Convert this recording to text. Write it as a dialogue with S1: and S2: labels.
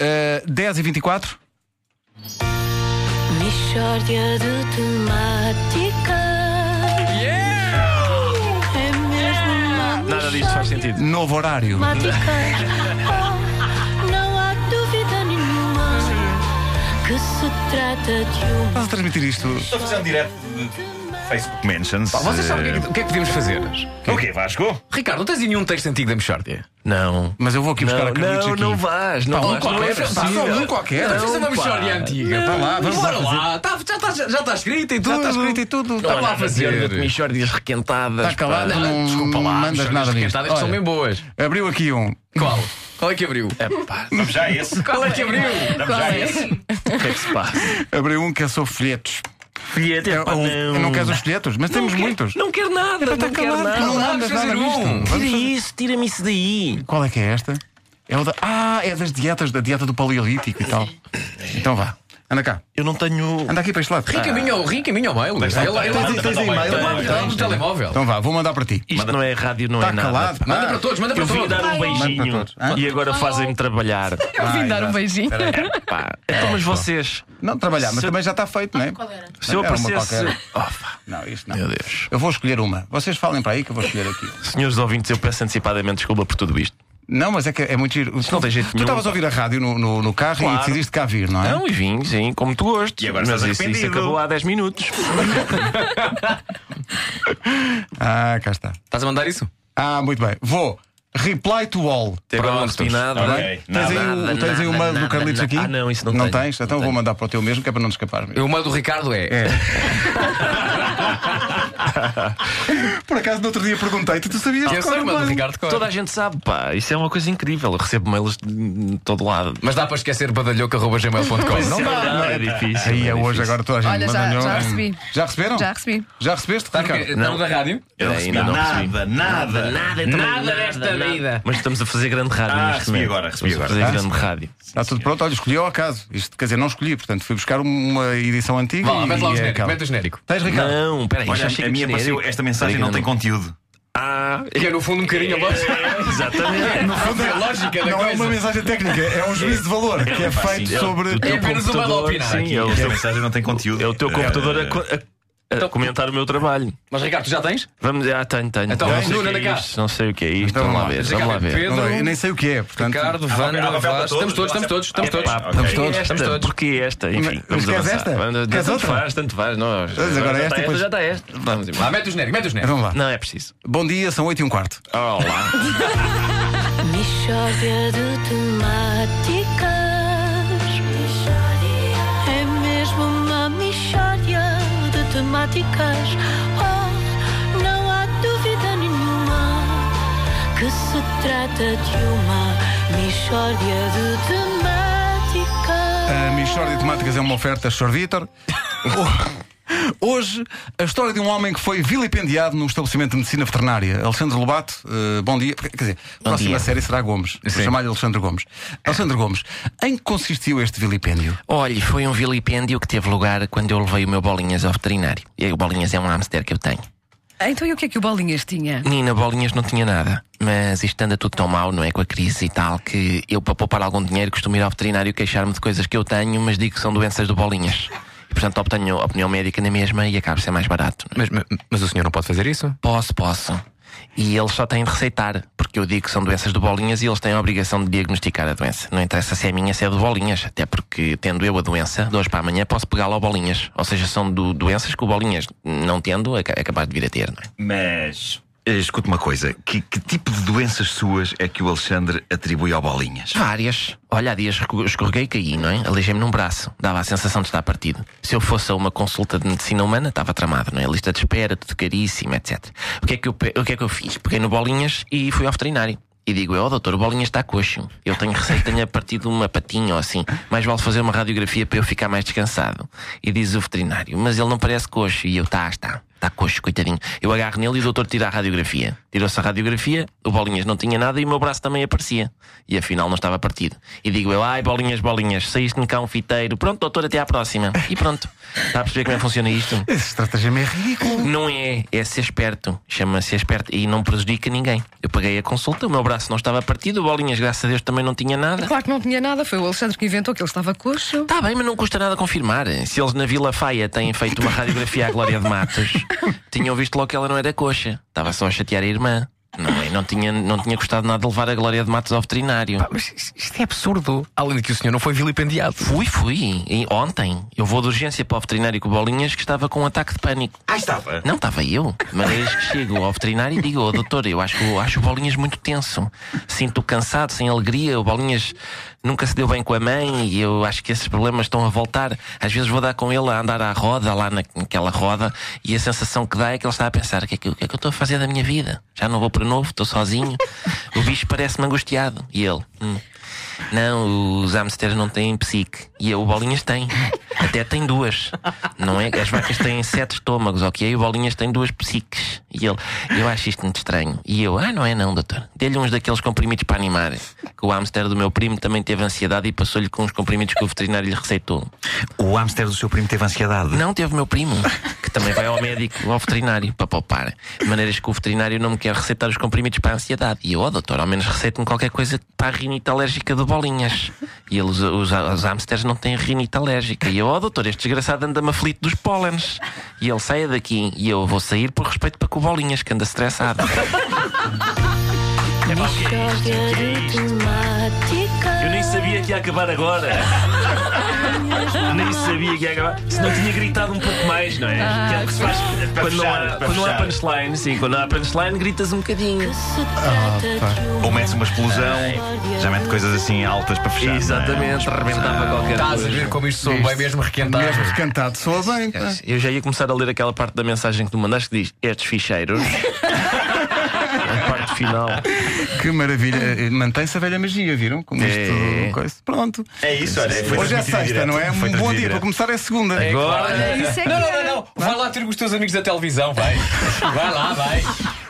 S1: Uh, 10 e 24.
S2: Mishória de temáticas. É mesmo uma
S3: Nada disto faz
S2: mixórdia
S3: sentido.
S1: Novo horário.
S2: de temáticas. Oh, não há dúvida nenhuma que se trata de uma.
S1: Estás a transmitir isto?
S3: Estou a fazer um direto de Facebook Mentions.
S4: Pá, vocês sabem o que é que,
S3: eh,
S4: o que é que devíamos fazer?
S3: O quê, Vasco?
S4: Ricardo, não tens aí nenhum texto antigo da Mexórdia?
S5: Não.
S1: Mas eu vou aqui buscar a
S5: Não,
S1: Carlitos
S5: não,
S1: aqui.
S5: não vais, não
S1: Pá, um
S5: vais. não
S1: qualquer,
S5: é
S1: pá,
S5: possível.
S1: só um qualquer.
S5: Não,
S4: Vamos fazer uma
S5: pá.
S4: Mexórdia antiga.
S1: Vá lá, vamos lá
S4: Bora
S1: fazer.
S4: lá, tá- já está já tá escrito e tudo.
S1: Já está escrito e tudo.
S5: Não há
S4: Tá lá a
S5: nada pior do que
S4: fazer.
S5: Mixórdias requentadas.
S1: Está calado,
S5: pá.
S1: não
S4: Desculpa lá,
S1: mandas
S4: Mexórdias
S1: nada nisto.
S4: requentadas que são
S1: Olha,
S4: bem boas.
S1: Abriu aqui um.
S4: Qual? Qual é que abriu?
S5: Pá,
S3: Vamos já a esse.
S4: Qual é que abriu?
S3: Vamos já a esse.
S5: O que é que se passa?
S1: Abriu um que é sobre folhetos.
S5: Filhete,
S1: É, um- eu não queres os folhetos, mas temos muitos. Então
S5: Não quero nada, não quero
S1: Calado, não
S5: nada.
S1: mandas nada
S4: vamos fazer
S1: nisto.
S4: um.
S1: Vamos
S5: Tira
S1: fazer-
S5: isso, tira-me isso daí.
S1: Qual é que é esta? É o da... Ah, é das dietas, da dieta do paleolítico e tal. Então vá. Anda cá.
S5: Eu não tenho.
S1: Anda aqui para este lado.
S4: Reencaminha ao, reencaminha ao mail. Ele ele-
S3: Tens-
S4: ele-
S3: tens aí
S4: ele-
S3: mail?
S4: ele- ele- ele- no telemóvel.
S1: Então vá, vou mandar para ti.
S5: Isto não é rádio, não
S1: Está
S5: é nada.
S1: calado.
S5: pá.
S4: Manda
S1: Ah,
S4: para todos, manda para
S5: Eu vim
S4: todos.
S5: dar um beijinho
S1: Manda para todos.
S5: e agora fazem-me trabalhar.
S6: Eu vim dar um beijinho.
S5: Pá. Então, mas vocês,
S1: Não, trabalhar, mas também já está feito, não
S6: Ah,
S1: é?
S2: Qual era?
S5: se eu
S1: Era uma
S5: aparecesse.
S1: qualquer.
S5: Oh, pá.
S1: Não, isto não.
S5: Meu Deus.
S1: Eu vou escolher uma. Vocês falem para aí que eu vou escolher aqui.
S5: Senhores ouvintes, eu peço antecipadamente desculpa por tudo isto.
S1: Não, mas é que é muito giro.
S5: não tem jeito
S1: tu
S5: nenhum,
S1: estavas a
S5: pá.
S1: ouvir a rádio no, no, no carro e
S5: Claro.
S1: decidiste cá vir, não é?
S5: Não, e vim, sim, como tu gostes.
S3: E agora
S5: mas
S3: estás
S5: isso, isso
S3: arrependido.
S5: acabou há 10 minutos.
S1: Ah, cá está.
S4: Estás a mandar isso?
S1: Ah, muito bem. Vou. Reply to all.
S5: Até agora não é? recebi nada.
S3: Ok.
S1: Bem,
S3: nada,
S1: tens aí o,
S5: nada,
S1: tens aí o mail
S5: nada,
S1: do Carlitos
S5: nada.
S1: aqui?
S5: Ah, não, isso não
S1: Não
S5: tenho.
S1: tens? Então vou mandar para o teu mesmo, que é para não te escapar.
S4: O mail do Ricardo é.
S1: Por acaso, no outro dia perguntei-te, tu sabias? qual
S4: Eu sei
S1: era
S4: o
S1: o
S4: mail do
S1: mail?
S4: Ricardo é. Costa.
S5: Toda a gente sabe, pá, isso é uma coisa incrível. Eu recebo mails de de todo lado.
S4: Mas dá para esquecer badalhoca.gmail.com.
S1: Não dá, não
S5: é difícil.
S1: Aí é
S5: difícil.
S1: hoje, agora toda a gente
S6: Olha, já-
S1: mandou-
S6: já recebi.
S1: Já receberam?
S6: Já recebi.
S1: Já recebeste, Ricardo?
S4: Tá, Não é da rádio?
S5: Eu
S3: Não
S5: ainda não recebi.
S3: nada, nada, nada.
S4: Nada desta vida.
S5: Mas estamos a fazer grande rádio
S3: Ah,
S5: neste
S3: recebi
S5: momento.
S3: agora, recebi
S5: Estamos
S3: agora.
S5: A
S1: Ah,
S5: fazer grande rádio.
S1: Está tudo pronto? Olha, escolhi ao acaso. Isto, quer dizer, não escolhi, portanto, fui buscar uma edição antiga.
S4: Vá lá,
S1: e,
S4: mete lá
S1: e
S4: o
S1: é
S4: genérico.
S1: aquela.
S4: Mete o genérico.
S1: Tens, Ricardo?
S5: Não, peraí,
S3: Olha,
S5: já chega
S3: a minha
S5: de genérico.
S3: apareceu, esta mensagem não tem conteúdo.
S5: Ah,
S4: Que é no fundo um bocadinho a voz.
S5: exatamente.
S1: No fundo,
S4: É a lógica da
S1: não é
S4: coisa.
S1: uma mensagem técnica, é um juízo de valor que é
S3: pá,
S1: feito
S3: sim, é o-
S1: sobre.
S5: O teu
S4: É apenas uma
S5: computador,
S4: bola a opinar
S5: sim,
S4: aqui.
S5: é o
S3: Esta
S5: teu-
S3: mensagem não tem conteúdo. Eh,
S5: É o teu computador a, co- a- a comentar o meu trabalho.
S4: Mas Ricardo, tu já tens?
S5: Vamos, ah, tenho, tenho.
S4: Então,
S5: não,
S4: vem,
S5: sei o que
S4: Nuno,
S5: é
S4: anda cá.
S5: isto, não sei o que é isto.
S1: Então,
S5: vamos lá
S1: vamos
S5: ver,
S1: lá.
S5: vamos lá ver.
S1: Não, eu
S4: Pedro,
S1: nem sei o que é, portanto.
S4: Ricardo,
S3: há
S4: Wanda,
S3: papel para
S4: Vaz. Estamos todos,
S3: todos?
S4: estamos todos, estamos
S3: Ok,
S4: todos.
S3: pá,
S4: Estamos
S3: ok.
S4: todos,
S5: Esta,
S4: estamos todos.
S5: porque esta,
S1: Mas-
S5: enfim,
S1: mas
S5: vamos
S1: queres
S5: avançar.
S1: esta?
S5: Vamos,
S1: Queres
S5: tanto
S1: outra?
S5: faz, tanto faz. Não,
S1: agora
S5: já
S1: esta,
S5: está
S1: depois-
S5: já está esta. Vamos
S4: Ah,
S5: embora.
S4: mete o genérico, mete o genérico.
S1: Vamos lá.
S5: Não é preciso.
S1: Bom dia, são 8 e um quarto.
S5: Olá.
S2: Mishória de temáticas. É mesmo uma mishória de temáticas. Oh, não há dúvida nenhuma que se trata de uma mishória de temáticas.
S1: A Michórdia de Temáticas é uma oferta Sr. Vitor. Hoje, a história de um homem que foi vilipendiado num estabelecimento de medicina veterinária. Alexandre Lobato, eh, bom dia. Quer dizer, a próxima
S5: dia.
S1: série será Gomes. Vou
S4: Sim.
S1: chamar-lhe Alexandre Gomes. Alexandre Gomes, em que consistiu este vilipêndio?
S5: Olhe, foi um vilipêndio que teve lugar quando eu levei o meu Bolinhas ao veterinário. E o Bolinhas é um hamster que eu tenho.
S6: Então e o que é que o Bolinhas tinha?
S5: Nina, Bolinhas não tinha nada. Mas isto anda tudo tão mal, não é? Com a crise e tal, que eu, para poupar algum dinheiro, costumo ir ao veterinário queixar-me de coisas que eu tenho, mas digo que são doenças do Bolinhas. E, portanto, obtenho opinião médica na mesma e acaba por ser mais barato.
S4: Mas, mas- mas o senhor não pode fazer isso?
S5: Posso, posso. E eles só têm de receitar, porque eu digo que são doenças de bolinhas e eles têm a obrigação de diagnosticar a doença. Não interessa se é minha, se é de bolinhas, até porque tendo eu a doença, de hoje para amanhã posso pegá-la ao bolinhas. Ou seja, são do- doenças que o bolinhas, não tendo, é ca- é capaz de vir a ter, não é?
S3: Mas. Escute Eh, uma coisa, que, que tipo de doenças suas é que o Alexandre atribui ao Bolinhas?
S5: Várias. Olha, há Ah, dias escorre- escorreguei e caí, não é? Alejei-me num braço. Dava a sensação de estar partido. Se eu fosse a uma consulta de medicina humana, estava tramado, não é? Lista de espera, tudo caríssimo, etc. O que é que eu, pe- o que é que eu fiz? Peguei no bolinhas e fui ao veterinário. E digo eu, oh, doutor, o bolinhas está coxo. Eu tenho receio que tenha partido uma patinha ou assim. Mais vale fazer uma radiografia para eu ficar mais descansado. E diz o veterinário, mas ele não parece coxo. E eu, tá, está. Está coxo, coitadinho. Eu agarro nele e o doutor tira a radiografia. Tirou-se a radiografia, o Bolinhas não tinha nada e o meu braço também aparecia. E afinal não estava partido. E digo eu, ai Bolinhas, Bolinhas, saíste-me cá um fiteiro. Pronto, doutor, até à próxima. E pronto. Está a perceber como é que funciona isto?
S1: Esse estratagema é ridículo.
S5: Não é, é ser esperto. Chama-se ser esperto e não prejudica ninguém. Eu paguei a consulta, o meu braço não estava partido, o bolinhas, graças a Deus, também não tinha nada.
S6: Claro que não tinha nada, foi o Alexandre que inventou que ele estava coxo.
S5: Está Tá bem, mas não custa nada confirmar. Se eles na Vila Faia têm feito uma radiografia à Glória de Matos, tinham visto logo que ela não era coxa. Estava só a chatear a irmã. Não, é? não, tinha, não tinha custado nada levar a Glória de Matos ao veterinário.
S4: Pá, mas isto- isto é absurdo. Além de que o senhor não foi vilipendiado.
S5: Fui, fui. E ontem eu vou de urgência para o veterinário com o bolinhas que estava com um ataque de pânico.
S3: Ah, estava.
S5: Não, estava eu. Mas eis que chego ao veterinário e digo, "Ó, doutor, eu acho, eu acho o Bolinhas muito tenso. Sinto cansado, sem alegria. O Bolinhas nunca se deu bem com a mãe e eu acho que esses problemas estão a voltar. Às vezes vou dar com ele a andar à roda, lá na- naquela roda, e a sensação que dá é que ele está a pensar: o que é que, o que é que eu estou a fazer da minha vida? Já não vou para novo, estou sozinho. O bicho parece-me angustiado. E ele. "Hum." Não, os hamsters não têm psique. E eu, o Bolinhas tem. Até tem duas. Não é? As vacas têm sete estômagos, ok? E o Bolinhas tem duas psiques. E ele, eu acho isto muito estranho. E eu, ah, não é não, doutor. Dê-lhe uns daqueles comprimidos para animar. Que o hamster do meu primo também teve ansiedade e passou-lhe com uns comprimidos que o veterinário lhe receitou.
S3: O hamster do seu primo teve ansiedade.
S5: Não, teve meu primo, que também vai ao médico, ao veterinário, para poupar. De maneiras que o veterinário não me quer receitar os comprimidos para a ansiedade. E eu, oh, doutor, ao menos receite-me qualquer coisa para a rinite alérgica de bolinhas. E eles, os, os hamsters não têm rinite alérgica. E eu, oh, doutor, este desgraçado anda-me aflito dos pólenes. E ele, saia daqui. E eu, vou sair por respeito para com o bolinhas, que anda estressado.
S2: História
S1: é
S2: de temática.
S7: Eu nem sabia que ia acabar agora. nem sabia que ia acabar. Se não tinha gritado um pouco mais, não é? Que é o que se faz quando, não, há,
S3: fechar, para
S7: quando não há
S3: fechar.
S7: punchline, sim, quando não há punchline, gritas um bocadinho.
S2: Que se trata de uma
S3: Ou metes uma explosão,
S2: história
S3: já mete coisas assim altas para fechar. não é?
S7: Exatamente, rebentava qualquer
S4: Estás a
S7: coisa.
S4: ver como isto sou bem mesmo requentado.
S1: Mesmo cantado, soa bem. pá.
S5: Eu já ia começar a ler aquela parte da mensagem que tu mandaste que diz: estes ficheiros. a parte final.
S1: Que maravilha. Eh, Mantém-se a velha magia, viram? Como isto.
S5: É.
S1: coisa- Pronto.
S3: É isso, olha. foi
S1: Hoje é
S3: transmitido em
S1: sexta,
S3: direto.
S1: não é?
S3: Foi
S1: Um bom
S3: transmitido
S1: dia
S3: em
S1: para
S3: direto.
S1: começar é segunda.
S4: Agora.
S6: Olha, isso é que
S4: Não, não,
S6: era.
S4: não, não. Vai lá ter com os teus amigos da televisão, vai. Vai lá, vai.